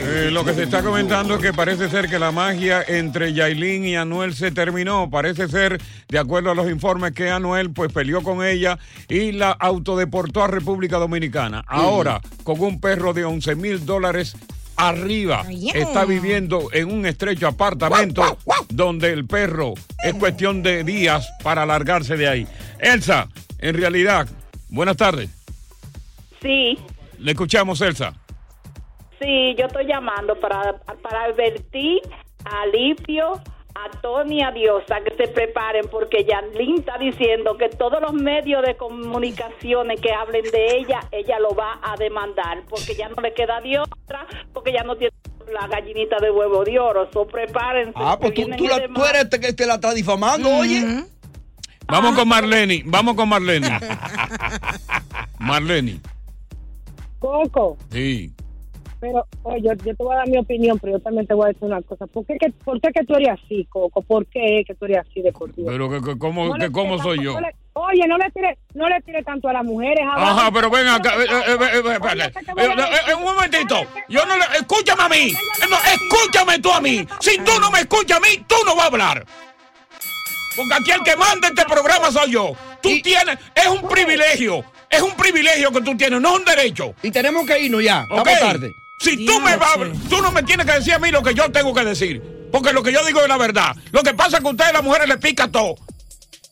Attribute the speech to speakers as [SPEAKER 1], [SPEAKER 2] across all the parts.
[SPEAKER 1] Eh, lo que se está comentando es que parece ser que la magia entre Yailin y Anuel se terminó. Parece ser, de acuerdo a los informes, que Anuel pues peleó con ella y la autodeportó a República Dominicana. Ahora, con un perro de 11 mil dólares arriba,
[SPEAKER 2] Yeah.
[SPEAKER 1] está viviendo en un estrecho apartamento donde el perro es cuestión de días para largarse de ahí. Elsa, en realidad, buenas tardes.
[SPEAKER 3] Sí,
[SPEAKER 1] Le escuchamos, Elsa.
[SPEAKER 3] sí, yo estoy llamando para, para advertir a Lipio, a Tony, a Diosa que se preparen porque Yanlin está diciendo que todos los medios de comunicaciones que hablen de ella, ella lo va a demandar porque ya no le queda de otra, porque ya no tiene la gallinita de huevo de oro. So, prepárense.
[SPEAKER 4] Ah, pues
[SPEAKER 3] que
[SPEAKER 4] tú,
[SPEAKER 3] vienen
[SPEAKER 4] tú
[SPEAKER 3] y
[SPEAKER 4] la,
[SPEAKER 3] demás.
[SPEAKER 4] tú eres el que te la está difamando, oye.
[SPEAKER 5] Ah.
[SPEAKER 1] Vamos con Marlene, vamos con Marlene. Marlene,
[SPEAKER 5] Coco,
[SPEAKER 1] sí.
[SPEAKER 5] pero oye, yo, yo te voy a dar mi opinión, pero yo también te voy a decir una cosa. ¿Por qué, que, por qué que tú eres así, Coco? ¿Por qué que tú eres así de cortito?
[SPEAKER 1] Pero que, que- ¿cómo,
[SPEAKER 5] No le
[SPEAKER 1] que cómo
[SPEAKER 5] tires
[SPEAKER 1] soy
[SPEAKER 5] tanto-
[SPEAKER 1] yo?
[SPEAKER 5] no le- oye, no le tires no le tires tanto a las mujeres. abajo.
[SPEAKER 1] Ajá, pero ven acá. eh, eh, eh, eh, eh,
[SPEAKER 5] Oye,
[SPEAKER 1] espérate.
[SPEAKER 5] ¿qué te voy a
[SPEAKER 1] Eh, eh, eh,
[SPEAKER 5] decir?
[SPEAKER 1] un momentito.
[SPEAKER 5] Oye, ¿qué-
[SPEAKER 1] Yo no le- Escúchame a mí. No, escúchame tú a mí. Si tú no me escuchas a mí, tú no vas a hablar. Porque aquí el que manda este programa soy yo. Tú tienes... Es un privilegio. Es un privilegio que tú tienes, no es un derecho.
[SPEAKER 4] Y tenemos que irnos ya. Estamos
[SPEAKER 1] ¿Ok?
[SPEAKER 4] tarde.
[SPEAKER 1] Si tú me vas, a- tú no me tienes que decir a mí lo que yo tengo que decir. Porque lo que yo digo es la verdad. Lo que pasa es que a ustedes las mujeres les pica todo.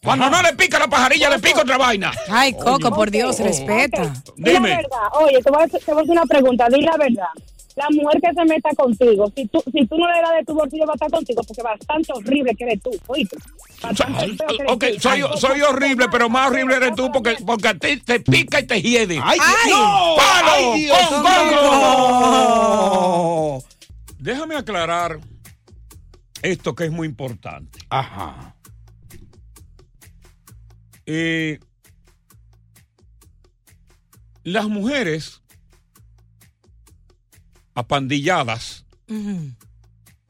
[SPEAKER 1] Cuando no le pica la pajarilla, le pica otra vaina.
[SPEAKER 2] Ay, Coco, por Dios, respeta.
[SPEAKER 5] Di
[SPEAKER 1] Eh, Dime.
[SPEAKER 5] La verdad, oye, te voy, a, hacer- te voy a hacer una pregunta, di la verdad. La mujer que se meta contigo, si tú, si tú no le das de tu bolsillo, va a estar contigo, porque bastante horrible que eres tú, oíste. Bastante
[SPEAKER 1] Ay,
[SPEAKER 5] feo que eres
[SPEAKER 1] Ok,
[SPEAKER 5] tú.
[SPEAKER 1] soy,
[SPEAKER 5] Ay,
[SPEAKER 1] soy
[SPEAKER 5] Coco,
[SPEAKER 1] horrible,
[SPEAKER 5] Coco,
[SPEAKER 1] pero más horrible eres tú porque, porque a ti te pica y te hiede. no! ¡Palo!
[SPEAKER 4] ¡Ay, Dios
[SPEAKER 1] ¡Con
[SPEAKER 4] mío!
[SPEAKER 1] Coco! Déjame aclarar esto que es muy importante.
[SPEAKER 4] Ajá.
[SPEAKER 1] Eh, las mujeres apandilladas,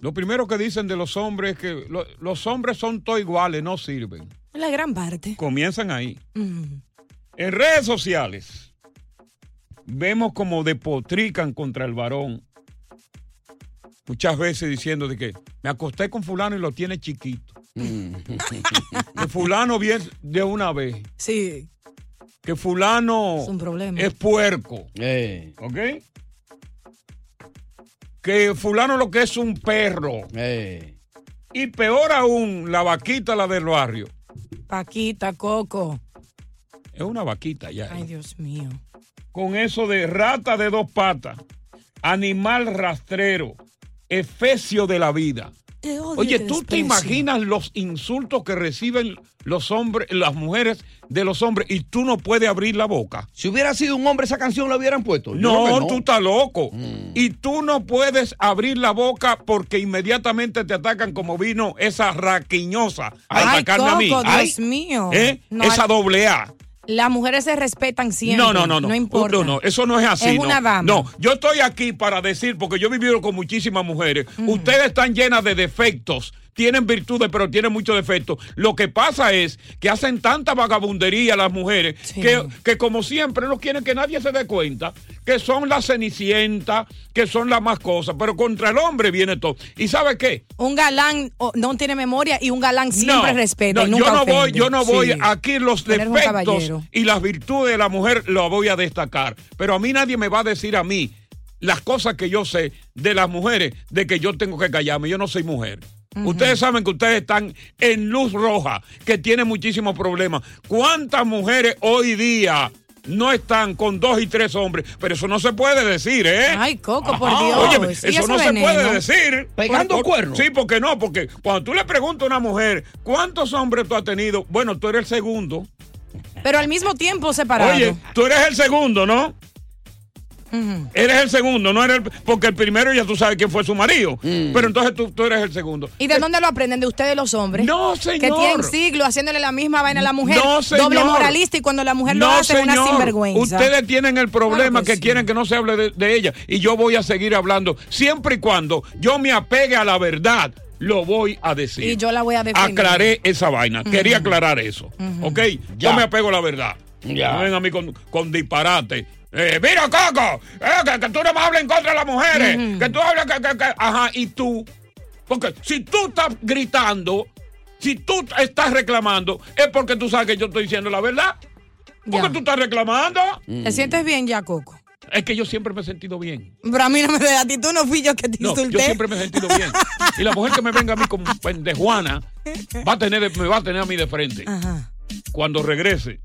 [SPEAKER 1] lo primero que dicen de los hombres es que lo- los hombres son todos iguales, no sirven.
[SPEAKER 2] La gran parte.
[SPEAKER 1] Comienzan ahí.
[SPEAKER 2] Ujú.
[SPEAKER 1] En redes sociales vemos como depotrican contra el varón. Muchas veces diciendo de que me acosté con fulano y lo tiene chiquito. que fulano viene de una vez.
[SPEAKER 2] Sí,
[SPEAKER 1] Que fulano
[SPEAKER 2] es un problema.
[SPEAKER 1] es puerco,
[SPEAKER 4] Eh,
[SPEAKER 1] ¿ok? Que fulano lo que es un perro.
[SPEAKER 4] eh.
[SPEAKER 1] Y peor aún, la vaquita, la del barrio.
[SPEAKER 2] Paquita, Coco.
[SPEAKER 1] Es una vaquita ya. ¿eh?
[SPEAKER 2] Ay, Dios mío.
[SPEAKER 1] con eso de rata de dos patas, animal rastrero, efecio de la vida.
[SPEAKER 2] Te odio y
[SPEAKER 1] Oye, ¿tú te
[SPEAKER 2] desprecio.
[SPEAKER 1] imaginas los insultos que reciben los hombres, las mujeres de los hombres y tú no puedes abrir la boca?
[SPEAKER 4] Si hubiera sido un hombre, esa canción la hubieran puesto. Yo
[SPEAKER 1] No,
[SPEAKER 4] creo que
[SPEAKER 1] tú estás loco. Y tú no puedes abrir la boca porque inmediatamente te atacan como vino esa raquiñosa a
[SPEAKER 2] Ay,
[SPEAKER 1] atacarme a mí.
[SPEAKER 2] Coco,
[SPEAKER 1] Ay,
[SPEAKER 2] Dios mío.
[SPEAKER 1] ¿eh?
[SPEAKER 2] No,
[SPEAKER 1] esa
[SPEAKER 2] al-
[SPEAKER 1] doble A.
[SPEAKER 2] Las mujeres se respetan siempre.
[SPEAKER 1] No, no, no, no.
[SPEAKER 2] No importa.
[SPEAKER 1] No, no, eso no es así.
[SPEAKER 2] Es
[SPEAKER 1] no.
[SPEAKER 2] una dama.
[SPEAKER 1] No, yo estoy aquí para decir, porque yo he vivido con muchísimas mujeres, ustedes están llenas de defectos. Tienen virtudes, pero tienen muchos defectos. Lo que pasa es que hacen tanta vagabundería las mujeres
[SPEAKER 2] Sí.
[SPEAKER 1] que, que como siempre, no quieren que nadie se dé cuenta que son las cenicientas, que son las más cosas. Pero contra el hombre viene todo. ¿Y sabe qué?
[SPEAKER 2] Un galán oh, no tiene memoria y un galán siempre
[SPEAKER 1] No,
[SPEAKER 2] respeta. y
[SPEAKER 1] no,
[SPEAKER 2] nunca
[SPEAKER 1] yo no voy,
[SPEAKER 2] ofende.
[SPEAKER 1] yo no voy.
[SPEAKER 2] Sí.
[SPEAKER 1] Aquí los
[SPEAKER 2] Tú eres un
[SPEAKER 1] defectos
[SPEAKER 2] caballero.
[SPEAKER 1] y las virtudes de la mujer lo voy a destacar. Pero a mí nadie me va a decir a mí las cosas que yo sé de las mujeres, de que yo tengo que callarme. Yo no soy mujer. Ustedes saben que ustedes están en luz roja, que tienen muchísimos problemas. ¿Cuántas mujeres hoy día no están con dos y tres hombres? Pero eso no se puede decir, ¿eh?
[SPEAKER 2] Ay, Coco, por
[SPEAKER 1] Ajá,
[SPEAKER 2] Dios.
[SPEAKER 1] óyeme,
[SPEAKER 2] Y
[SPEAKER 1] eso
[SPEAKER 2] ese
[SPEAKER 1] no
[SPEAKER 2] veneno.
[SPEAKER 1] se puede decir.
[SPEAKER 4] Pegando
[SPEAKER 1] Por-
[SPEAKER 4] cuernos.
[SPEAKER 1] Sí, porque no, porque cuando tú le preguntas a una mujer cuántos hombres tú has tenido, bueno, tú eres el segundo.
[SPEAKER 2] Pero al mismo tiempo separado.
[SPEAKER 1] Oye, tú eres el segundo, ¿no? Eres el segundo, no eres el, porque el primero ya tú sabes quién fue su marido.
[SPEAKER 4] Mm.
[SPEAKER 1] Pero entonces tú, tú eres el segundo.
[SPEAKER 2] ¿Y de dónde lo aprenden? ¿De ustedes los hombres?
[SPEAKER 1] No,
[SPEAKER 2] Que
[SPEAKER 1] señor.
[SPEAKER 2] tienen siglos haciéndole la misma vaina a la mujer.
[SPEAKER 1] No, señor.
[SPEAKER 2] Doble moralista y cuando la mujer lo
[SPEAKER 1] No,
[SPEAKER 2] hace es una
[SPEAKER 1] señor.
[SPEAKER 2] sinvergüenza.
[SPEAKER 1] Ustedes tienen el problema
[SPEAKER 2] Claro
[SPEAKER 1] que,
[SPEAKER 2] que sí.
[SPEAKER 1] quieren que no se hable de, de ella. Y yo voy a seguir hablando. Siempre y cuando yo me apegue a la verdad, lo voy a decir.
[SPEAKER 2] Y yo la voy a defender.
[SPEAKER 1] Aclaré esa vaina. Quería aclarar eso. ¿Ok?
[SPEAKER 4] Ya.
[SPEAKER 1] Yo me apego a la verdad.
[SPEAKER 4] Ya.
[SPEAKER 1] No vengan a mí con, con disparate. Eh, mira, Coco, eh, que, que tú no me hables en contra de las mujeres. Que tú hablas que, que- que- Ajá, y tú. Porque si tú estás gritando, si tú estás reclamando, es porque tú sabes que yo estoy diciendo la verdad. ¿Por
[SPEAKER 2] Ya.
[SPEAKER 1] qué tú estás reclamando?
[SPEAKER 2] ¿Te sientes bien ya, Coco?
[SPEAKER 1] Es que yo siempre me he sentido bien.
[SPEAKER 2] Pero a mí no me da a ti, tú no fui yo que te
[SPEAKER 1] No,
[SPEAKER 2] insulté.
[SPEAKER 1] yo siempre me he sentido bien. Y la mujer que me venga a mí con pendejuana va a tener, me va a tener a mí de frente.
[SPEAKER 2] Ajá.
[SPEAKER 1] Cuando regrese.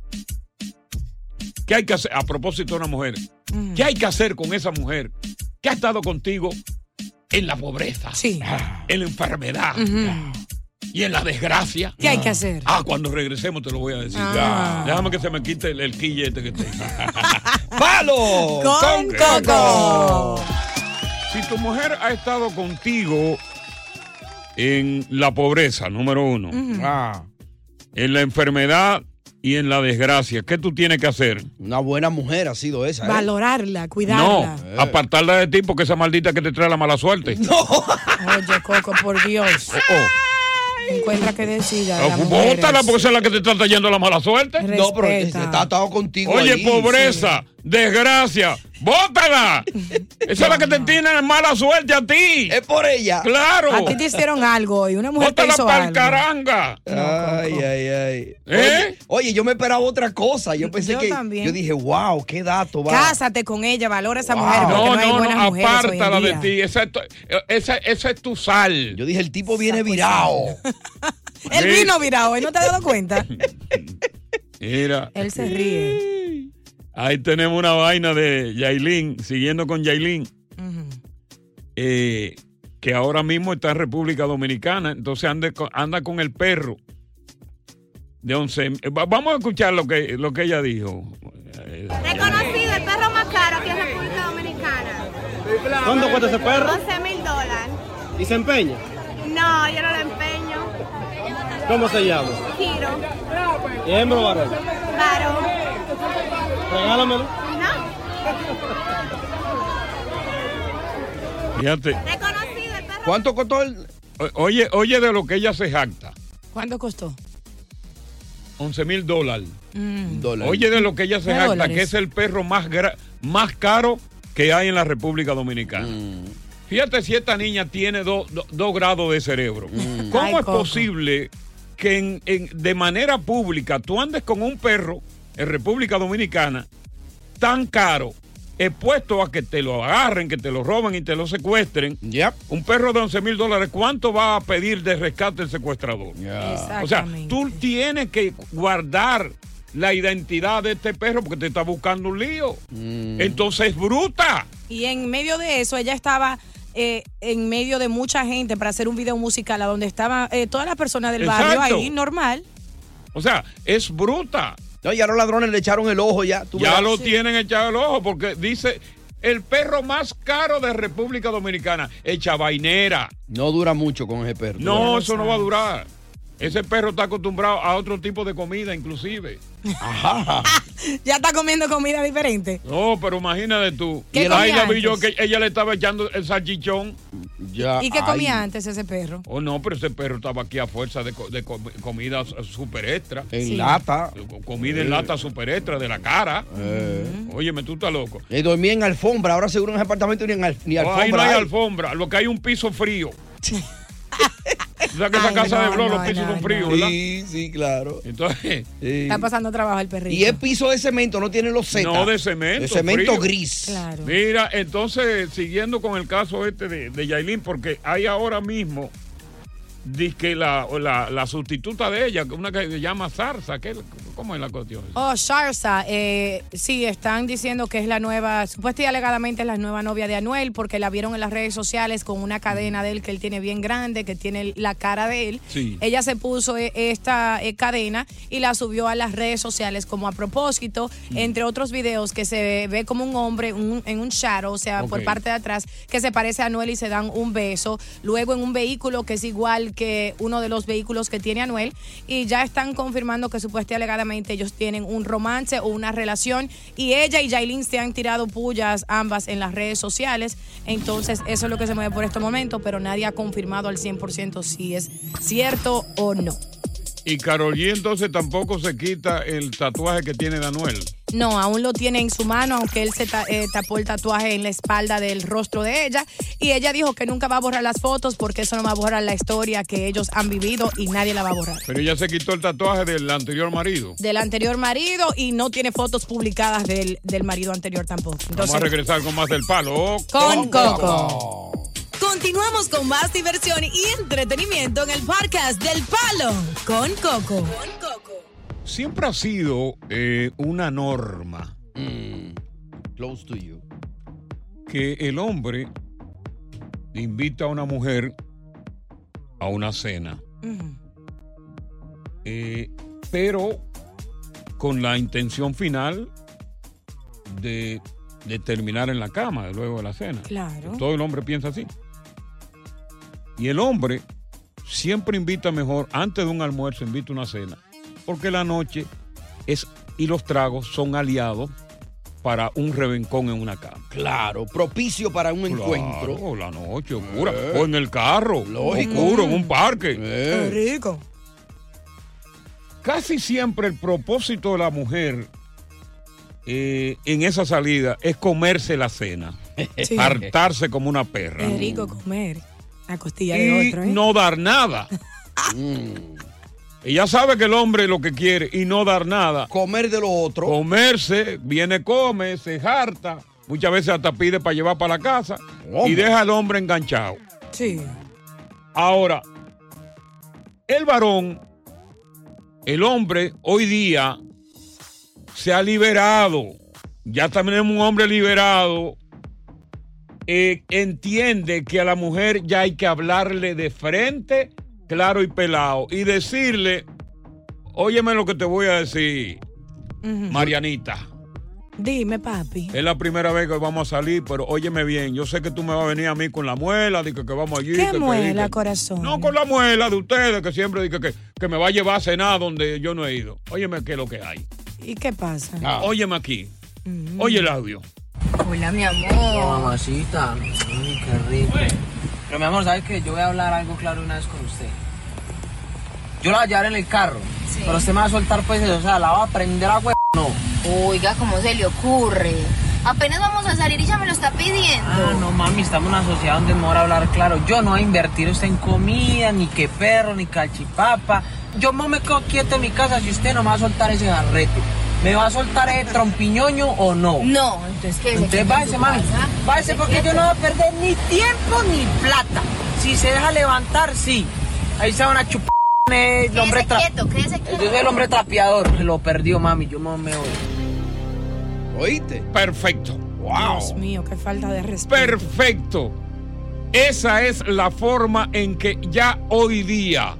[SPEAKER 1] ¿Qué hay que hacer? A propósito de una mujer. ¿Qué hay que hacer con esa mujer que ha estado contigo en la pobreza?
[SPEAKER 2] Sí.
[SPEAKER 1] En la enfermedad. Y en la desgracia.
[SPEAKER 2] ¿Qué hay que hacer?
[SPEAKER 1] Ah, cuando regresemos te lo voy a decir.
[SPEAKER 2] Ah.
[SPEAKER 1] Déjame que se me quite el, el quille este que tengo.
[SPEAKER 4] ¡Palo!
[SPEAKER 2] Con Coco.
[SPEAKER 1] Si tu mujer ha estado contigo en la pobreza, número uno,
[SPEAKER 4] Ah,
[SPEAKER 1] en la enfermedad y en la desgracia, ¿qué tú tienes que hacer?
[SPEAKER 4] una buena mujer ha sido esa. ¿eh?
[SPEAKER 2] Valorarla,
[SPEAKER 1] No,
[SPEAKER 2] cuidarla.
[SPEAKER 1] apartarla de ti porque esa maldita que te trae la mala suerte.
[SPEAKER 2] Oye, Coco, por Dios. Encuentra que decida.
[SPEAKER 1] O- oh, Bótala porque esa es la que te está trayendo la mala suerte.
[SPEAKER 4] No, pero se está atado contigo.
[SPEAKER 1] Oye,
[SPEAKER 4] ahí.
[SPEAKER 1] pobreza, desgracia, bótala. Esa es la que te tiene mala suerte a ti.
[SPEAKER 4] Es por ella.
[SPEAKER 1] Claro.
[SPEAKER 2] A ti te hicieron algo y una mujer te
[SPEAKER 1] Bótala
[SPEAKER 2] hizo
[SPEAKER 1] para el
[SPEAKER 2] algo.
[SPEAKER 1] caranga.
[SPEAKER 4] Ay, ay, ay.
[SPEAKER 1] ¿Eh?
[SPEAKER 4] Oye, oye, yo me esperaba otra cosa. Yo pensé
[SPEAKER 2] Yo
[SPEAKER 4] que.
[SPEAKER 2] también.
[SPEAKER 4] Yo dije, wow, qué dato, va.
[SPEAKER 2] Cásate con ella, valora a esa mujer. porque
[SPEAKER 1] No,
[SPEAKER 2] no, hay
[SPEAKER 1] no,
[SPEAKER 2] buenas
[SPEAKER 1] no,
[SPEAKER 2] mujeres hoy en
[SPEAKER 1] apártala de
[SPEAKER 2] día.
[SPEAKER 1] ti. Esa es tu, esa, esa es tu sal.
[SPEAKER 4] Yo dije, el tipo viene virado.
[SPEAKER 2] Él
[SPEAKER 1] Sí.
[SPEAKER 2] vino virado, ¿y no te has dado cuenta?
[SPEAKER 1] Mira,
[SPEAKER 2] Él se ríe.
[SPEAKER 1] ahí tenemos una vaina de Yailin, siguiendo con Yailin, eh, que ahora mismo está en República Dominicana, entonces anda, con- anda con el perro de 11. eh, va- Vamos a escuchar lo que, lo que ella dijo. Eh,
[SPEAKER 6] Reconocido el perro más caro aquí en República Dominicana.
[SPEAKER 7] ¿Cuánto cuesta ese perro?
[SPEAKER 6] 11 mil dólares.
[SPEAKER 7] ¿Y se empeña?
[SPEAKER 6] No, yo no lo empeño.
[SPEAKER 7] ¿Cómo se llama?
[SPEAKER 6] Giro.
[SPEAKER 7] ¿Hembra o varón?
[SPEAKER 6] Varón.
[SPEAKER 7] Regálamelo.
[SPEAKER 6] No.
[SPEAKER 1] Fíjate,
[SPEAKER 6] Reconocido el perro
[SPEAKER 4] ¿Cuánto costó el.?
[SPEAKER 1] o- oye, oye de lo que ella se jacta.
[SPEAKER 2] ¿Cuánto costó? Mm.
[SPEAKER 1] 11 mil dólares.
[SPEAKER 4] Dólar.
[SPEAKER 1] Oye, de lo que ella se
[SPEAKER 2] De
[SPEAKER 1] jacta,
[SPEAKER 2] dólares.
[SPEAKER 1] que es el perro más, gra- más caro que hay en la República Dominicana.
[SPEAKER 2] Mm.
[SPEAKER 1] Fíjate si esta niña tiene do- do- dos grados de cerebro. ¿Cómo
[SPEAKER 2] Mm. Ay,
[SPEAKER 1] es
[SPEAKER 2] Coco.
[SPEAKER 1] posible que en- en- de manera pública tú andes con un perro en República Dominicana tan caro, expuesto a que te lo agarren, que te lo roben y te lo secuestren?
[SPEAKER 2] Mm.
[SPEAKER 4] Yep.
[SPEAKER 1] Un perro de 11 mil dólares, ¿cuánto va a pedir de rescate el secuestrador? O sea,
[SPEAKER 2] Exactamente.
[SPEAKER 1] tú tienes que guardar la identidad de este perro porque te está buscando un lío.
[SPEAKER 2] Mm.
[SPEAKER 1] Entonces es bruta.
[SPEAKER 2] Y en medio de eso, ella estaba eh, en medio de mucha gente para hacer un video musical a donde estaban eh, todas las personas del barrio
[SPEAKER 1] Exacto.
[SPEAKER 2] ahí, normal.
[SPEAKER 1] O sea, es bruta.
[SPEAKER 4] No, ya los ladrones le echaron el ojo ya. ¿Tú
[SPEAKER 1] Ya
[SPEAKER 4] verás.
[SPEAKER 1] lo tienen echado el ojo porque dice el perro más caro de República Dominicana, hecha vainera.
[SPEAKER 4] No dura mucho con ese perro.
[SPEAKER 1] No, eso no va a durar. Ese perro está acostumbrado a otro tipo de comida inclusive.
[SPEAKER 2] Ya está comiendo comida diferente.
[SPEAKER 1] No, pero imagínate tú.
[SPEAKER 2] ¿Qué
[SPEAKER 1] Ahí
[SPEAKER 2] comía
[SPEAKER 1] la vi yo que
[SPEAKER 2] antes?
[SPEAKER 1] ella le estaba echando el salchichón.
[SPEAKER 4] Ya,
[SPEAKER 2] ¿Y qué comía
[SPEAKER 4] ay,
[SPEAKER 2] antes ese perro?
[SPEAKER 1] Oh, no, pero ese perro estaba aquí a fuerza de, co- de com- comida s- super extra.
[SPEAKER 4] En
[SPEAKER 2] Sí.
[SPEAKER 4] lata.
[SPEAKER 1] Comida en
[SPEAKER 4] Eh.
[SPEAKER 1] lata super extra de la cara. Óyeme, tú estás loco.
[SPEAKER 4] Eh, dormía en alfombra. Ahora seguro en ese apartamento ni, en al- ni
[SPEAKER 1] Oh,
[SPEAKER 4] alfombra.
[SPEAKER 1] ahí no hay
[SPEAKER 4] hay.
[SPEAKER 1] alfombra, lo que hay es un piso frío. o sea que esa
[SPEAKER 2] Ay,
[SPEAKER 1] casa
[SPEAKER 2] no,
[SPEAKER 1] de Flor,
[SPEAKER 2] no,
[SPEAKER 1] los pisos
[SPEAKER 2] no,
[SPEAKER 1] son fríos,
[SPEAKER 2] no.
[SPEAKER 1] ¿verdad?
[SPEAKER 4] Sí, sí, claro.
[SPEAKER 1] Entonces,
[SPEAKER 4] Sí.
[SPEAKER 2] Está pasando trabajo el perrito.
[SPEAKER 4] Y es piso de cemento, no tiene los Z.
[SPEAKER 1] No, de cemento,
[SPEAKER 4] De cemento
[SPEAKER 1] frío.
[SPEAKER 4] gris.
[SPEAKER 2] Claro.
[SPEAKER 1] mira, entonces, siguiendo con el caso este de, de Yailin, porque hay ahora mismo que la, o la, la sustituta de ella, una que se llama Zarza, que ¿Cómo es la cuestión?
[SPEAKER 2] Oh, Sharsa, eh, sí, están diciendo que es la nueva, supuesta y alegadamente es la nueva novia de Anuel, porque la vieron en las redes sociales con una cadena de él que él tiene bien grande, que tiene la cara de él.
[SPEAKER 1] Sí.
[SPEAKER 2] Ella se puso eh, esta eh, cadena y la subió a las redes sociales como a propósito, entre otros videos que se ve como un hombre un- en un shadow, o sea, por
[SPEAKER 1] Ok.
[SPEAKER 2] parte de atrás, que se parece a Anuel y se dan un beso. Luego en un vehículo que es igual que uno de los vehículos que tiene Anuel. Y ya están confirmando que supuestamente alegadamente ellos tienen un romance o una relación. Y ella y Yailin se han tirado pullas ambas en las redes sociales. Entonces, eso es lo que se mueve por este momento, pero nadie ha confirmado al 100% si es cierto o no.
[SPEAKER 1] Y Carol G entonces tampoco se quita el tatuaje que tiene Daniel.
[SPEAKER 2] No, aún lo tiene en su mano, aunque él se ta- eh, tapó el tatuaje en la espalda del rostro de ella. Y ella dijo que nunca va a borrar las fotos porque eso no va a borrar la historia que ellos han vivido y nadie la va a borrar.
[SPEAKER 1] Pero ella se quitó el tatuaje del anterior marido.
[SPEAKER 2] Del anterior marido y no tiene fotos publicadas del, del marido anterior tampoco.
[SPEAKER 1] Vamos a
[SPEAKER 2] Entonces,
[SPEAKER 1] regresar con más del palo. Oh,
[SPEAKER 2] Con
[SPEAKER 1] Coco.
[SPEAKER 8] Continuamos con más diversión y entretenimiento en el podcast del Palo con Coco.
[SPEAKER 1] Siempre ha sido eh, una norma
[SPEAKER 4] Mm. Close to you.
[SPEAKER 1] que el hombre invita a una mujer a una cena,
[SPEAKER 8] Mm.
[SPEAKER 2] ujú.
[SPEAKER 1] eh, pero con la intención final de, de terminar en la cama luego de la cena.
[SPEAKER 2] claro.
[SPEAKER 1] Todo el hombre piensa así. Y el hombre siempre invita mejor, antes de un almuerzo, invita una cena, porque la noche es y los tragos son aliados para un revencón en una cama.
[SPEAKER 4] Claro, propicio para un encuentro.
[SPEAKER 1] Claro, la noche oscura. O en el carro.
[SPEAKER 4] Eh. Lógico.
[SPEAKER 1] Oscuro, en un parque.
[SPEAKER 4] Eh,
[SPEAKER 2] rico.
[SPEAKER 1] Casi siempre el propósito de la mujer eh, en esa salida es comerse la cena.
[SPEAKER 2] Sí.
[SPEAKER 1] Hartarse como una perra.
[SPEAKER 2] Es rico comer la costilla de
[SPEAKER 1] Mm. y
[SPEAKER 2] otro, ¿eh?
[SPEAKER 1] no dar nada. Ella sabe que el hombre lo que quiere y no dar nada.
[SPEAKER 4] Comer de lo otro.
[SPEAKER 1] Oh. Comerse, viene, come, se harta. Muchas veces hasta pide para llevar para la casa y
[SPEAKER 4] Hombre.
[SPEAKER 1] deja al hombre enganchado.
[SPEAKER 2] Sí.
[SPEAKER 1] Ahora, el varón, el hombre, hoy día se ha liberado. Ya también es un hombre liberado. Eh, entiende que a la mujer ya hay que hablarle de frente, claro y pelado, y decirle, óyeme lo que te voy a decir,
[SPEAKER 2] ujú.
[SPEAKER 1] Marianita.
[SPEAKER 2] Dime, papi.
[SPEAKER 1] Es la primera vez que vamos a salir, pero óyeme bien, yo sé que tú me vas a venir a mí con la muela, de que, que vamos allí. que-
[SPEAKER 2] ¿Qué
[SPEAKER 1] que-
[SPEAKER 2] muela,
[SPEAKER 1] que-
[SPEAKER 2] corazón?
[SPEAKER 1] no con la muela de ustedes que siempre dicen que, que me va a llevar a cenar donde yo no he ido. Óyeme qué es lo que hay.
[SPEAKER 2] ¿Y qué pasa?
[SPEAKER 1] Óyeme aquí. Oye el audio.
[SPEAKER 8] Hola, mi amor.
[SPEAKER 9] Mamacita, Ay, qué rico. Pero mi amor, ¿sabes qué? Yo voy a hablar algo claro una vez con usted. Yo la voy a llevar en el carro, pero usted me va a soltar pues, o sea, la va a prender a hue... No.
[SPEAKER 6] Oiga, ¿cómo se le ocurre? Apenas vamos a salir y ya me lo está pidiendo.
[SPEAKER 9] Ah, no, mami, estamos en una sociedad donde me voy a hablar claro. Yo no voy a invertir usted en comida, ni que perro, ni cachipapa. Yo no me quedo quieto en mi casa si usted no me va a soltar ese garrete. ¿Me va a soltar ese trompiñoño o no?
[SPEAKER 6] No, entonces ¿qué?
[SPEAKER 9] Entonces váyase, mami. Váyase porque yo no voy a perder ni tiempo ni plata. Si se deja levantar, sí. Ahí se van a chupar eh, el hombre tra-
[SPEAKER 6] quédese
[SPEAKER 9] Yo soy el hombre trapeador. Se lo perdió, mami. Yo no me voy.
[SPEAKER 4] ¿Oíste?
[SPEAKER 1] Perfecto.
[SPEAKER 2] Dios
[SPEAKER 1] Wow.
[SPEAKER 2] mío, qué falta de respeto.
[SPEAKER 1] Perfecto. Esa es la forma en que ya hoy día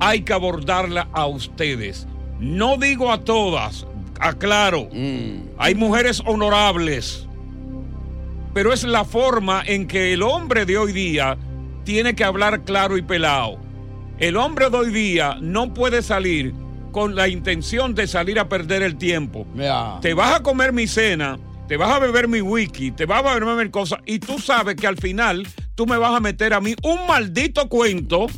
[SPEAKER 1] hay que abordarla a ustedes. No digo a todas, aclaro. Hay mujeres honorables. Pero es la forma en que el hombre de hoy día tiene que hablar claro y pelado. El hombre de hoy día no puede salir con la intención de salir a perder el tiempo.
[SPEAKER 4] Mira.
[SPEAKER 1] Te vas a comer mi cena, te vas a beber mi wiki, te vas a beber cosas y tú sabes que al final tú me vas a meter a mí un maldito cuento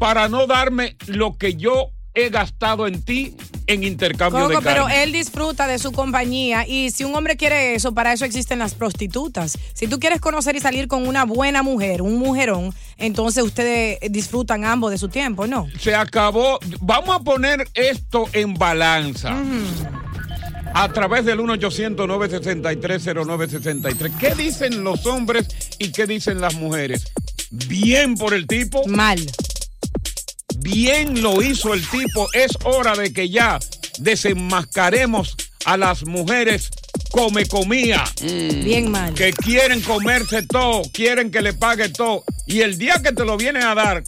[SPEAKER 1] para no darme lo que yo he gastado en ti en intercambio
[SPEAKER 2] Coco,
[SPEAKER 1] de carne.
[SPEAKER 2] pero él disfruta de su compañía y si un hombre quiere eso, para eso existen las prostitutas. Si tú quieres conocer y salir con una buena mujer, un mujerón, entonces ustedes disfrutan ambos de su tiempo, ¿no?
[SPEAKER 1] se acabó. Vamos a poner esto en balanza. A través del 1 800 963 ¿Qué dicen los hombres y qué dicen las mujeres? Bien por el tipo,
[SPEAKER 2] Mal.
[SPEAKER 1] bien lo hizo el tipo. Es hora de que ya desenmascaremos a las mujeres come comía. Mm.
[SPEAKER 2] Bien mal.
[SPEAKER 1] Que quieren comerse todo, quieren que le pague todo. Y el día que te lo vienen a dar,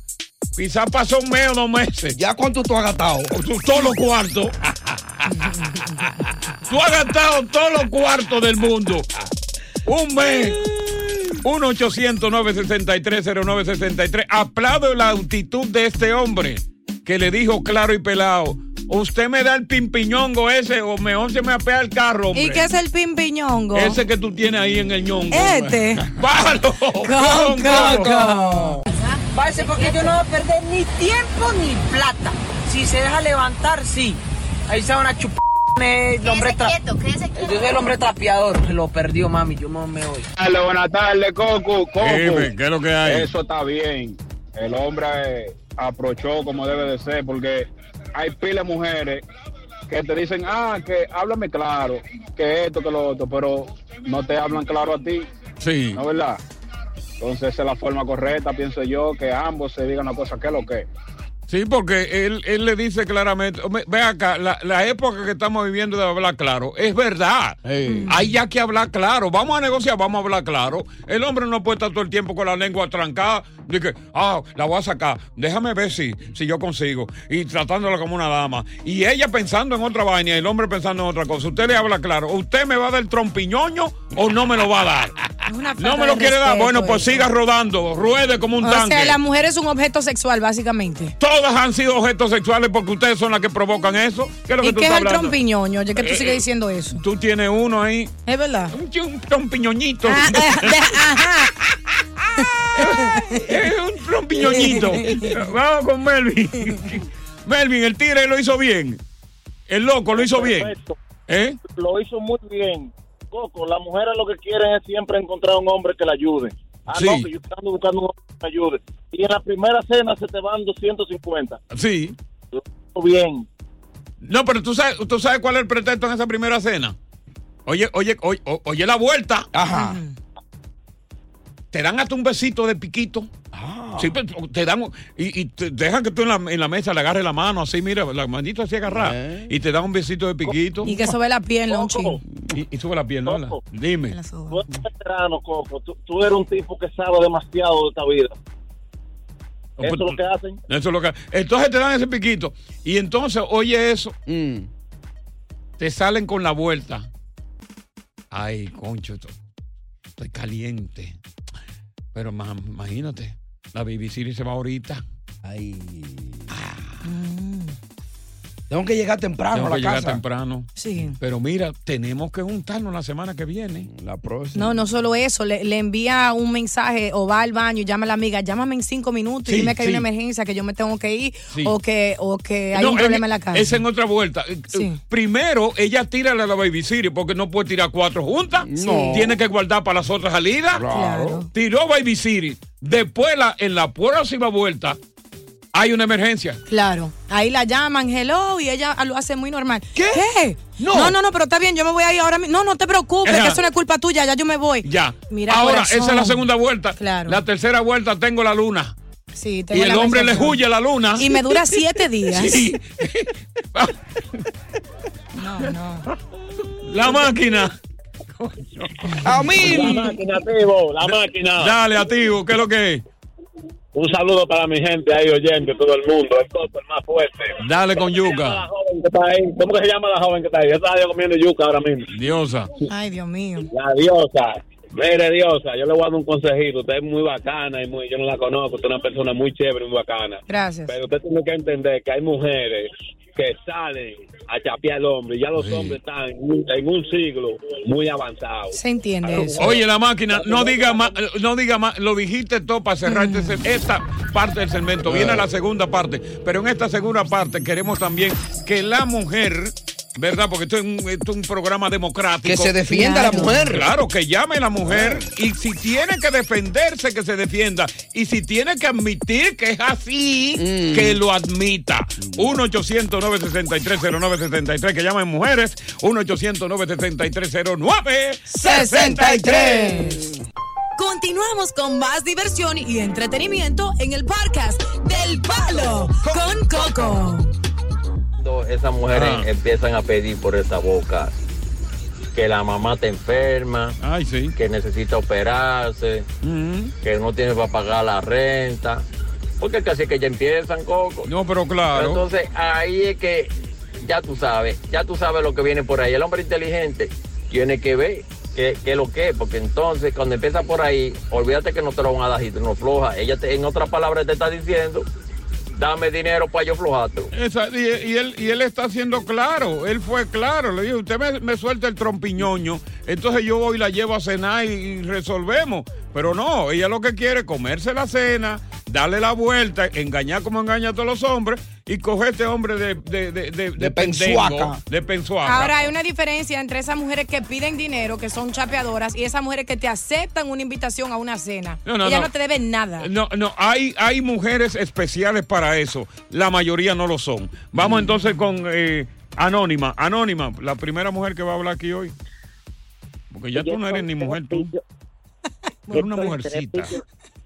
[SPEAKER 1] quizás pasó un mes o dos meses.
[SPEAKER 4] ¿Ya cuánto tú has gastado?
[SPEAKER 1] Todos los cuartos. tú has gastado todos los cuartos del mundo. Un mes. 1-800-963-0963. Aplaudo la actitud de este hombre que le dijo claro y pelado. Usted me da el pimpiñongo ese o mejor se me apea el carro. Hombre.
[SPEAKER 2] ¿Y qué es el pimpiñongo?
[SPEAKER 1] Ese que tú tienes ahí en el ñongo.
[SPEAKER 2] Este.
[SPEAKER 1] ¡Bájalo!
[SPEAKER 9] Coco.
[SPEAKER 6] Ah,
[SPEAKER 9] Pase porque yo no voy a perder ni tiempo ni plata. Si se deja levantar, sí. Ahí se van a chupar. El hombre tra- Yo soy el hombre trapeador. Se lo perdió, mami. Yo no me voy.
[SPEAKER 10] Dale, buenas tardes, Coco. Coco.
[SPEAKER 1] Dime, ¿qué es lo que hay?
[SPEAKER 10] Eso está bien. El hombre eh, aprochó como debe de ser, porque hay pilas de mujeres que te dicen, ah, que háblame claro, que esto, que lo otro, pero no te hablan claro a ti.
[SPEAKER 1] Sí.
[SPEAKER 10] ¿No es verdad? Entonces esa es la forma correcta, pienso yo, que ambos se digan la cosa que es lo que es.
[SPEAKER 1] Sí, porque él, él le dice claramente, "Hombre, ve acá, la, la época que estamos viviendo de hablar claro, es verdad. Hay ya que hablar claro. Vamos a negociar, vamos a hablar claro. El hombre no puede estar todo el tiempo con la lengua trancada. Dice, ah, la voy a sacar. Déjame ver si, si yo consigo. Y tratándola como una dama. Y ella pensando en otra vaina y el hombre pensando en otra cosa. Usted le habla claro. ¿Usted me va a dar el trompiñoño o no me lo va a dar? No me lo quiere dar. Bueno, pues siga rodando. Ruede como un
[SPEAKER 2] O
[SPEAKER 1] tanque.
[SPEAKER 2] sea, la mujer es un objeto sexual, básicamente.
[SPEAKER 1] Todas han sido objetos sexuales porque ustedes son las que provocan eso. ¿Qué es lo que
[SPEAKER 2] ¿Y
[SPEAKER 1] tú
[SPEAKER 2] qué es
[SPEAKER 1] estás
[SPEAKER 2] el
[SPEAKER 1] hablando?
[SPEAKER 2] trompiñoño? Ya que tú
[SPEAKER 1] Eh,
[SPEAKER 2] sigues diciendo eso.
[SPEAKER 1] Tú tienes uno ahí.
[SPEAKER 2] Es verdad.
[SPEAKER 1] Un, ch- un trompiñoñito.
[SPEAKER 2] Ah, ah, de- ajá.
[SPEAKER 1] es un trompiñoñito. Vamos con Melvin. Melvin, el tigre lo hizo bien. El loco lo hizo bien.
[SPEAKER 11] Perfecto.
[SPEAKER 1] ¿Eh?
[SPEAKER 11] Lo hizo muy bien. Coco, las mujeres lo que quieren es siempre encontrar un hombre que la ayude. Ah,
[SPEAKER 1] Sí.
[SPEAKER 11] no, que yo ando buscando un hombre que me ayude. Y en la primera cena se te van 250.
[SPEAKER 1] Sí.
[SPEAKER 11] Bien.
[SPEAKER 1] No, pero tú sabes, tú sabes cuál es el pretexto en esa primera cena. Oye, oye, oye, o- oye la vuelta. Ajá. Te dan hasta un besito de piquito. Ah.
[SPEAKER 4] Ah.
[SPEAKER 1] Sí, pero te dan y, y te dejan que tú en la, en la mesa le agarres la mano así, mira, la manito así agarrada y te dan un besito de piquito
[SPEAKER 2] Eh. Y que sube la piel, un
[SPEAKER 1] y, y sube la piel, ¿no? Dime.
[SPEAKER 11] Tú eres veterano, Coco. Tú, tú eres un tipo que sabe demasiado de esta vida. Eso es lo que hacen.
[SPEAKER 1] Eso es lo que. Entonces te dan ese piquito. Y entonces, oye eso. Te salen con la vuelta. Ay, concho, esto- estoy caliente. Pero ma- imagínate, la babysitter se va ahorita.
[SPEAKER 4] Ay. Tengo que llegar temprano
[SPEAKER 1] Tengo
[SPEAKER 4] a Ah, la
[SPEAKER 1] que llegar
[SPEAKER 4] casa.
[SPEAKER 1] temprano.
[SPEAKER 2] Sí.
[SPEAKER 1] Pero mira, tenemos que juntarnos la semana que viene.
[SPEAKER 4] La próxima.
[SPEAKER 2] No, no solo eso, le, le envía un mensaje o va al baño y llama a la amiga, llámame en cinco minutos y
[SPEAKER 1] Sí,
[SPEAKER 2] dime que hay
[SPEAKER 1] sí.
[SPEAKER 2] una emergencia, que yo me tengo que ir
[SPEAKER 1] Sí.
[SPEAKER 2] o, que, o que Eh, hay
[SPEAKER 1] No,
[SPEAKER 2] un problema en la casa.
[SPEAKER 1] Es en otra vuelta. Eh,
[SPEAKER 2] Sí.
[SPEAKER 1] eh, Primero, ella tira la baby series porque no puede tirar cuatro juntas.
[SPEAKER 2] Sí.
[SPEAKER 1] No. Tiene que guardar para las otras salidas. Tiró baby series. Después, la- en la próxima vuelta, hay una emergencia.
[SPEAKER 2] Claro, ahí la llaman, hello, y ella lo hace muy normal. ¿Qué? No. no, no, pero está bien, yo me voy a ir ahora mismo. No, no te preocupes,
[SPEAKER 1] Ajá.
[SPEAKER 2] que eso no es culpa tuya, ya yo me voy.
[SPEAKER 1] Ya.
[SPEAKER 2] Mira,
[SPEAKER 1] Ahora,
[SPEAKER 2] corazón.
[SPEAKER 1] esa es la segunda vuelta.
[SPEAKER 2] Claro.
[SPEAKER 1] La tercera vuelta tengo la luna.
[SPEAKER 2] Sí,
[SPEAKER 1] Y
[SPEAKER 2] tengo
[SPEAKER 1] el
[SPEAKER 2] la
[SPEAKER 1] hombre le
[SPEAKER 2] menstruación.
[SPEAKER 1] huye a la luna.
[SPEAKER 2] Y me dura siete días.
[SPEAKER 1] Sí.
[SPEAKER 2] No, no.
[SPEAKER 1] La máquina.
[SPEAKER 11] A mí. La máquina, Tibo, la máquina.
[SPEAKER 1] Dale, activo, ¿qué es lo que es?
[SPEAKER 11] Un saludo para mi gente ahí oyente, todo el mundo. El coco, el más fuerte.
[SPEAKER 1] Dale con
[SPEAKER 11] La
[SPEAKER 1] yuca.
[SPEAKER 11] joven que está ahí. ¿Cómo que se llama la joven que está ahí? Yo estaba comiendo yuca ahora mismo.
[SPEAKER 1] Diosa.
[SPEAKER 2] Ay, Dios mío.
[SPEAKER 11] La diosa. Mire, diosa, yo le voy a dar un consejito. Usted es muy bacana y muy, yo no la conozco. Usted es una persona muy chévere, muy bacana.
[SPEAKER 2] Gracias.
[SPEAKER 11] Pero usted tiene que entender que hay mujeres que salen a chapear al hombre. y Ya los hombres están en un- en un siglo muy avanzado.
[SPEAKER 2] Se entiende eso.
[SPEAKER 1] Oye, la máquina, no diga más, no diga más, lo dijiste todo para cerrar
[SPEAKER 4] Mm.
[SPEAKER 1] este se- esta parte del segmento.
[SPEAKER 4] Ah.
[SPEAKER 1] Viene la segunda parte, pero en esta segunda parte queremos también que la mujer, ¿verdad? Porque esto es un, esto es un programa democrático.
[SPEAKER 4] Que se defienda la Claro. mujer.
[SPEAKER 1] Claro, que llame la mujer y si tiene que defenderse, que se defienda. Y si tiene que admitir que es así, que lo admita. 1-800-963-0963, que llamen mujeres. 1-800-963-0963.
[SPEAKER 8] Continuamos con más diversión y entretenimiento en el podcast del Palo con Coco.
[SPEAKER 12] cuando esas mujeres
[SPEAKER 1] Ah.
[SPEAKER 12] empiezan a pedir por esa boca que la mamá te enferma, que necesita operarse,
[SPEAKER 1] Mm.
[SPEAKER 12] que no tiene para pagar la renta, porque casi que ya empiezan, Coco.
[SPEAKER 1] No, pero claro.
[SPEAKER 12] entonces ahí es que ya tú sabes, ya tú sabes lo que viene por ahí. El hombre inteligente tiene que ver qué qué es lo que es, porque entonces cuando empieza por ahí, olvídate que no te lo van a dar y no floja. Ella te- en otras palabras te está diciendo, dame dinero para yo flojarte.
[SPEAKER 1] Esa- y, y él, y él está siendo claro, él fue claro, le dijo, usted me, me suelta el trompiñoño, entonces yo voy y la llevo a cenar y, y resolvemos. Pero no, ella lo que quiere es comerse la cena, darle la vuelta, engañar como engaña a todos los hombres y coger este hombre de, de, de, de, de pendejo,
[SPEAKER 13] pensuaca.
[SPEAKER 1] De pensuaca.
[SPEAKER 2] Ahora hay una diferencia entre esas mujeres que piden dinero, que son chapeadoras, y esas mujeres que te aceptan una invitación a una cena.
[SPEAKER 1] No, no,
[SPEAKER 2] Ellas
[SPEAKER 1] no.
[SPEAKER 2] no. te deben nada.
[SPEAKER 1] Eh, No, no, hay, hay mujeres especiales para eso. La mayoría no lo son.
[SPEAKER 2] Mm.
[SPEAKER 1] Vamos entonces con eh, Anónima. Anónima, la primera mujer que va a hablar aquí hoy. Porque ya
[SPEAKER 3] Yo
[SPEAKER 1] tú no eres ni
[SPEAKER 3] soy
[SPEAKER 1] mujer, tú. Tú eres una mujercita.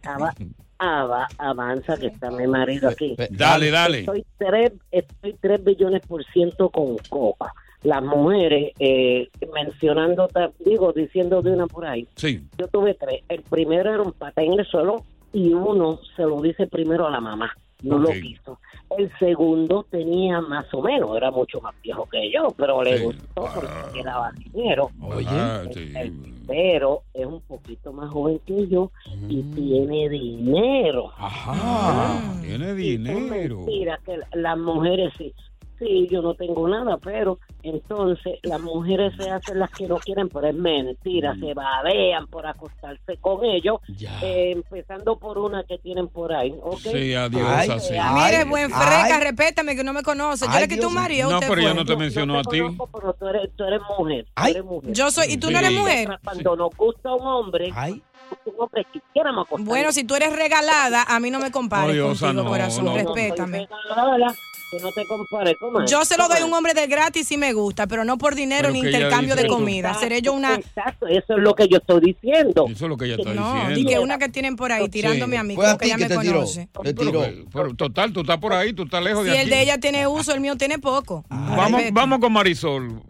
[SPEAKER 3] Ava- ava- avanza, que está mi marido aquí.
[SPEAKER 1] Dale, dale.
[SPEAKER 3] Estoy tres, estoy tres billones por ciento con copa. Las mujeres, eh, mencionando, ta- digo, diciendo de una por ahí.
[SPEAKER 1] Sí.
[SPEAKER 3] Yo tuve tres. El primero era un pata en el suelo y uno se lo dice primero a la mamá. No
[SPEAKER 14] Ok.
[SPEAKER 3] lo quiso. El segundo tenía más o menos, era mucho más viejo que yo, pero le
[SPEAKER 14] Sí.
[SPEAKER 3] gustó porque daba dinero.
[SPEAKER 14] Ajá,
[SPEAKER 3] El-
[SPEAKER 14] sí.
[SPEAKER 3] el pero es un poquito más joven que yo y
[SPEAKER 14] Mm.
[SPEAKER 3] tiene dinero.
[SPEAKER 2] Ah.
[SPEAKER 1] Ajá. Ah, Tiene dinero.
[SPEAKER 3] Mira que la- las mujeres sí. Sí, yo no tengo nada, pero entonces las mujeres se hacen las que no quieren, pero es mentira,
[SPEAKER 14] Mm.
[SPEAKER 3] se babean por acostarse con ellos, eh, empezando por una que tienen por ahí. ¿ok?
[SPEAKER 1] Sí, adiós,
[SPEAKER 3] Ay,
[SPEAKER 1] así.
[SPEAKER 3] ay,
[SPEAKER 2] Mire, buen freca,
[SPEAKER 3] ay.
[SPEAKER 2] respétame que no me conoce. Yo
[SPEAKER 3] Ay,
[SPEAKER 2] le quité
[SPEAKER 3] Dios
[SPEAKER 2] un marido. a
[SPEAKER 1] No,
[SPEAKER 2] usted pues.
[SPEAKER 1] pero ya
[SPEAKER 2] fue.
[SPEAKER 1] no te mencionó a ti.
[SPEAKER 3] conozco, pero tú eres, tú eres mujer. tú eres mujer.
[SPEAKER 2] Yo soy- ¿y tú no eres Sí. mujer?
[SPEAKER 3] Cuando nos gusta un hombre, un hombre que quisiéramos acostarnos.
[SPEAKER 2] Bueno, si tú eres regalada, a mí no me compares
[SPEAKER 1] Odiosa,
[SPEAKER 2] contigo,
[SPEAKER 1] no,
[SPEAKER 2] corazón.
[SPEAKER 1] no.
[SPEAKER 2] Respétame.
[SPEAKER 3] Hola, que no te compares, ¿cómo
[SPEAKER 1] Pues,
[SPEAKER 3] es?
[SPEAKER 2] Yo se lo doy a un
[SPEAKER 3] ¿Cómo es?
[SPEAKER 2] hombre de gratis si me gusta, pero no por dinero
[SPEAKER 3] Pero
[SPEAKER 2] ni
[SPEAKER 3] que ella
[SPEAKER 2] intercambio
[SPEAKER 3] dice
[SPEAKER 2] de
[SPEAKER 3] que-
[SPEAKER 2] comida. Seré yo una...
[SPEAKER 3] Exacto, eso es lo que yo estoy diciendo.
[SPEAKER 1] Eso es lo que ella está
[SPEAKER 2] No, di
[SPEAKER 1] diciendo.
[SPEAKER 2] que una que tienen por ahí tirándome a mí,
[SPEAKER 1] Fue
[SPEAKER 2] como
[SPEAKER 1] Pues, a
[SPEAKER 2] que
[SPEAKER 1] ti
[SPEAKER 2] ya
[SPEAKER 1] que
[SPEAKER 2] me
[SPEAKER 1] te tiró.
[SPEAKER 2] conoce.
[SPEAKER 1] Te tiró. Pero, total, tú estás por ahí, tú estás lejos
[SPEAKER 2] Si
[SPEAKER 1] de
[SPEAKER 2] el
[SPEAKER 1] aquí.
[SPEAKER 2] de ella tiene uso, el mío tiene poco.
[SPEAKER 1] Vamos,
[SPEAKER 2] Respeta.
[SPEAKER 1] Ah. vamos con Marisol.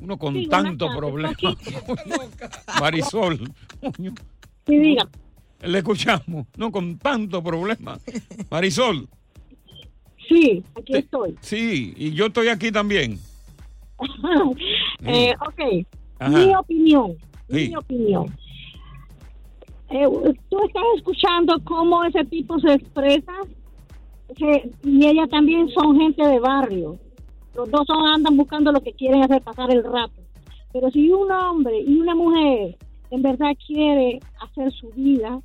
[SPEAKER 1] Uno con
[SPEAKER 2] Sí, buenas
[SPEAKER 1] tanto
[SPEAKER 2] tardes,
[SPEAKER 1] problema. Marisol. coño.
[SPEAKER 2] Mm.
[SPEAKER 1] Le escuchamos. No con tanto problema. Marisol.
[SPEAKER 5] Sí, aquí estoy.
[SPEAKER 1] Sí, y yo estoy aquí también.
[SPEAKER 5] Eh, ok,
[SPEAKER 1] Ajá.
[SPEAKER 5] mi opinión,
[SPEAKER 1] Sí.
[SPEAKER 5] mi opinión. Eh, tú estás escuchando cómo ese tipo se expresa se- y ella también son gente de barrio. Los dos son, andan buscando lo que quieren hacer pasar el rato. Pero si un hombre y una mujer en verdad quiere hacer su vida,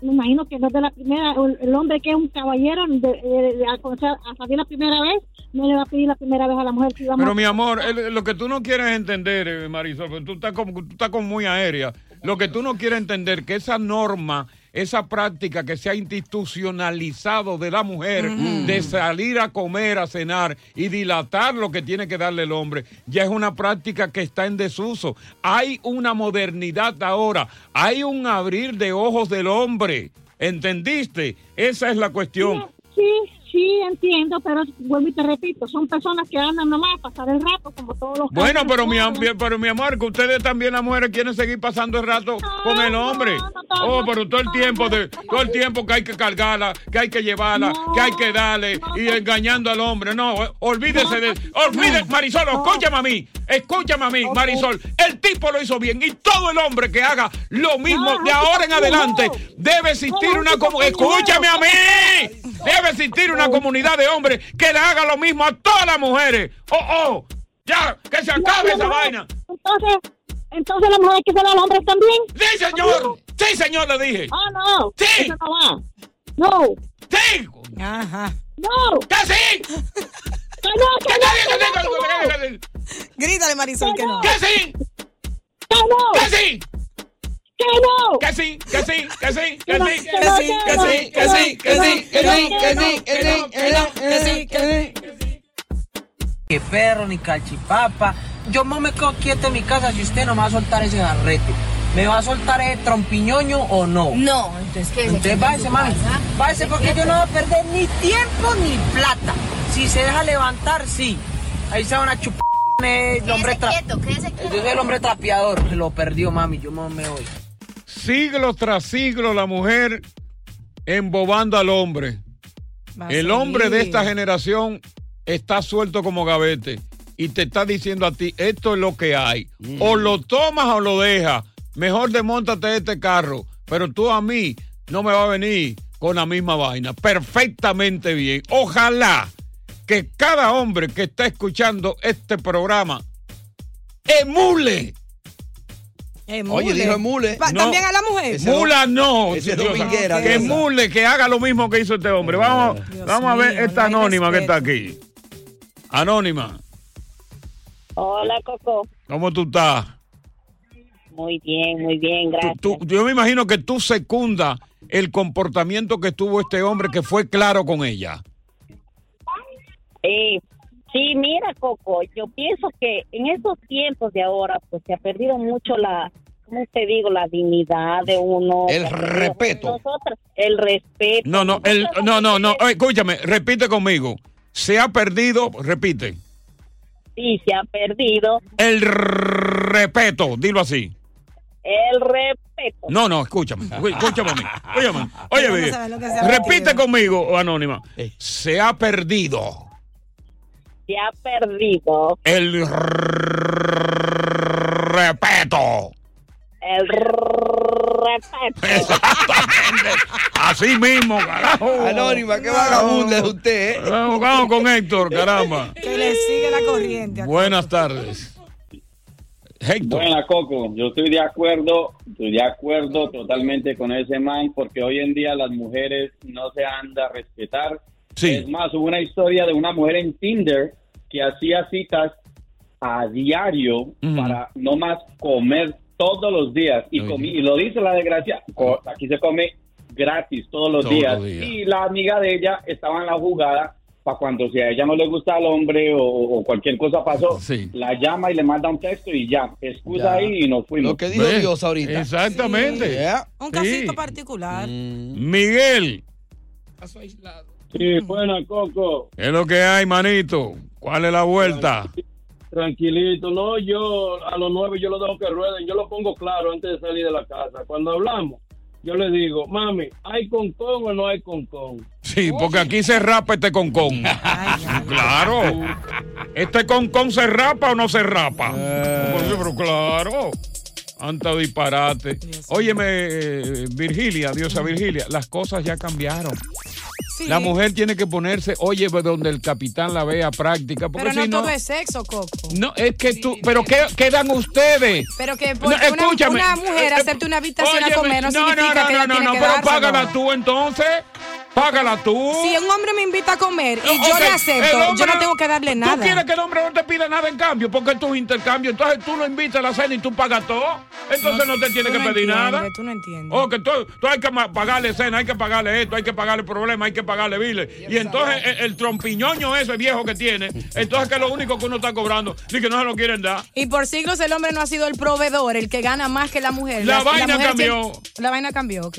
[SPEAKER 5] me imagino que no es de la primera, el el hombre que es un caballero, de, de- de- al comenzar- a salir la primera vez, no le va a pedir la primera vez a la mujer que íbamos
[SPEAKER 1] Pero mi amor, el- lo que tú no quieres entender, eh, Marisol, porque tú estás como, tú estás como muy aérea. Lo que tú no quieres entender que esa norma, esa práctica que se ha institucionalizado de la mujer de salir a comer, a cenar y dilatar lo que tiene que darle el hombre, ya es una práctica que está en desuso. Hay una modernidad ahora, hay un abrir de ojos del hombre. ¿Entendiste? Esa es la cuestión.
[SPEAKER 5] Sí, sí, entiendo, pero vuelvo y te repito, son personas que andan nomás a pasar el rato, como todos los
[SPEAKER 1] Bueno,
[SPEAKER 5] cabros.
[SPEAKER 1] pero mi, am- pero mi amor, que ustedes también las mujeres quieren seguir pasando el rato con el hombre. Oh, pero todo el tiempo de, todo el tiempo que hay que cargarla, que hay que llevarla, que hay que darle y engañando al hombre. No, eh, olvídese de, olvídese, Marisol, escúchame a mí, escúchame a mí, Marisol. El tipo lo hizo bien y todo el hombre que haga lo mismo de ahora en adelante debe existir una comunidad. Escúchame a mí. Debe existir una comunidad de hombres que le haga lo mismo a todas las mujeres. Oh, oh. Ya, que se acabe
[SPEAKER 5] No,
[SPEAKER 1] esa
[SPEAKER 5] no,
[SPEAKER 1] vaina.
[SPEAKER 5] Entonces, entonces la mujer que se da al hombre también.
[SPEAKER 1] Sí, señor. Sí, señor, le dije.
[SPEAKER 5] Ah, no.
[SPEAKER 1] Sí.
[SPEAKER 5] Eso no va. No.
[SPEAKER 1] Sí.
[SPEAKER 2] Ajá.
[SPEAKER 5] No.
[SPEAKER 1] ¡Que sí!
[SPEAKER 5] ¡Que no, que no, que no,
[SPEAKER 2] Grítale, Marisol, que no.
[SPEAKER 1] ¡Que sí!
[SPEAKER 5] ¡Que no!
[SPEAKER 1] ¡Que sí!
[SPEAKER 5] ¡Que no!
[SPEAKER 1] ¡Que sí! ¡Que sí! ¡Que sí! ¡Que
[SPEAKER 5] no,
[SPEAKER 1] sí!
[SPEAKER 5] que no, que no, que no, que no, que no, que no, que no, que no, que sí,
[SPEAKER 9] que perro, ni calchipapa. Yo no me quedo quieto en mi casa si usted no me va a soltar ese garrete. ¿Me va a soltar ese trompiñoño o no?
[SPEAKER 6] No, entonces, ¿qué?
[SPEAKER 9] Entonces váyase, mami. Váyase porque yo no voy a perder ni tiempo ni plata. Si se deja levantar, sí. Ahí se van a chupar. El hombre tra- Yo soy el hombre trapeador. Se lo perdió, mami. Yo no me voy.
[SPEAKER 1] Siglo tras siglo la mujer embobando al hombre.
[SPEAKER 9] Va a
[SPEAKER 1] El hombre de
[SPEAKER 9] seguir.
[SPEAKER 1] esta generación está suelto como gavete y te está diciendo a ti, esto es lo que hay. O lo tomas o lo dejas. Mejor desmontate de este carro. Pero tú a mí no me va a venir con la misma vaina. Perfectamente bien. Ojalá que cada hombre que está escuchando este programa emule.
[SPEAKER 8] Emule.
[SPEAKER 1] Oye, dijo emule.
[SPEAKER 8] Pa-
[SPEAKER 1] No.
[SPEAKER 8] También a la mujer.
[SPEAKER 1] Mula no.
[SPEAKER 8] Ese es
[SPEAKER 1] Dios,
[SPEAKER 8] dominguera,
[SPEAKER 1] que
[SPEAKER 8] Diosa.
[SPEAKER 1] mule, que haga lo mismo que hizo este hombre. Vamos, vamos a ver
[SPEAKER 13] mío,
[SPEAKER 1] esta
[SPEAKER 13] no hay
[SPEAKER 1] anónima que está
[SPEAKER 13] respeto.
[SPEAKER 1] aquí. Anónima,
[SPEAKER 13] Hola, Coco.
[SPEAKER 1] ¿cómo tú estás?
[SPEAKER 13] Muy bien, muy bien, gracias.
[SPEAKER 1] Tú- yo me imagino que tú secundas el comportamiento que tuvo este hombre que fue claro con ella.
[SPEAKER 13] Eh, sí, mira, Coco, yo pienso que en estos tiempos de ahora, pues se ha perdido mucho la, ¿cómo te digo? La dignidad de uno. El respeto. el respeto.
[SPEAKER 1] No, no, el, no, no, no. Oye, escúchame, repite conmigo. Se ha perdido, repite,
[SPEAKER 13] Sí, se ha perdido
[SPEAKER 1] el respeto, dilo así.
[SPEAKER 13] el respeto.
[SPEAKER 1] No, no, escúchame, escúchame a mí. Óyeme, óyeme.
[SPEAKER 13] Vamos a ver lo que se ha
[SPEAKER 1] repite conmigo, oh, Anónima. Se ha perdido.
[SPEAKER 13] Se ha perdido
[SPEAKER 1] el r- respeto.
[SPEAKER 13] el respeto.
[SPEAKER 1] Así mismo, carajo.
[SPEAKER 4] Anónima, qué vagabunda eh.
[SPEAKER 1] es usted, eh. Vamos, vamos con Héctor, caramba.
[SPEAKER 8] Que le sigue la corriente.
[SPEAKER 1] Buenas tardes. Héctor.
[SPEAKER 14] Buena, Coco. Yo estoy de acuerdo, estoy de acuerdo totalmente con ese man, porque hoy en día las mujeres no se anda a respetar. Es más, hubo una historia de una mujer en Tinder que hacía citas a diario para no más comer todos los días. Y, comí, y lo dice la desgracia, co- aquí se come gratis todos los
[SPEAKER 15] Todos
[SPEAKER 14] días.
[SPEAKER 15] los días.
[SPEAKER 14] Y la amiga de ella estaba en la jugada para cuando si a ella no le gusta al hombre o, o cualquier cosa pasó, la llama y le manda un texto y ya, excusa
[SPEAKER 1] Ya.
[SPEAKER 14] Pues ahí y nos fuimos.
[SPEAKER 1] Lo que dijo ¿Ves? Dios ahorita. Exactamente. Sí. ¿eh? Yeah.
[SPEAKER 8] Un
[SPEAKER 1] Sí. Mm.
[SPEAKER 8] casito particular.
[SPEAKER 1] Miguel,
[SPEAKER 16] Sí, buena, Coco.
[SPEAKER 1] ¿qué es lo que hay, manito? ¿Cuál es la vuelta?
[SPEAKER 16] Tranquilito. No, yo a los nueve yo lo dejo que rueden. Yo lo pongo claro antes de salir de la casa. Cuando hablamos, yo le digo, mami, ¿hay con con o no hay con con?
[SPEAKER 1] Sí, porque aquí se rapa este concón. Claro. ¿Este concón se rapa o no se rapa? Pues, Pero claro. Anta disparate. Óyeme, eh, Virgilia, diosa Virgilia, las cosas ya cambiaron.
[SPEAKER 2] Sí.
[SPEAKER 1] La mujer tiene que ponerse, oye, donde el capitán la vea práctica. Porque
[SPEAKER 2] Pero no,
[SPEAKER 1] si no,
[SPEAKER 2] todo es sexo, Coco.
[SPEAKER 1] no, es que tú, pero ¿qué quedan ustedes?
[SPEAKER 2] Pero que
[SPEAKER 1] No,
[SPEAKER 2] porque una-
[SPEAKER 1] escúchame. Eh,
[SPEAKER 2] una, mujer acepte una habitación a
[SPEAKER 1] Óyeme,
[SPEAKER 2] comer no, significa que ella tiene que
[SPEAKER 1] pero
[SPEAKER 2] dárselo.
[SPEAKER 1] págala tú entonces. Págala tú.
[SPEAKER 2] Si un hombre me invita a comer y yo
[SPEAKER 1] Ok,
[SPEAKER 2] le
[SPEAKER 1] el
[SPEAKER 2] acepto,
[SPEAKER 1] hombre-
[SPEAKER 2] yo no tengo que darle nada.
[SPEAKER 1] Tú quieres que el hombre no te pida nada en cambio, porque tú intercambio. Entonces tú lo invitas a la cena y tú pagas todo. Entonces no, te
[SPEAKER 2] Tú
[SPEAKER 1] tienes que
[SPEAKER 2] no
[SPEAKER 1] pedir
[SPEAKER 2] entiendes,
[SPEAKER 1] nada.
[SPEAKER 2] Tú no entiendes.
[SPEAKER 1] Oh, que tú, tú hay que ma- pagarle cena, hay que pagarle esto, hay que pagarle problema, hay que pagarle biles. Y entonces el, el trompiñoño ese viejo que tiene, entonces que es lo único que uno está cobrando, y que no se lo quieren dar.
[SPEAKER 2] Y por siglos el hombre no ha sido el proveedor, el que gana más que la mujer.
[SPEAKER 1] La vaina
[SPEAKER 2] mujer
[SPEAKER 1] cambió.
[SPEAKER 2] siempre- la vaina cambió, ok.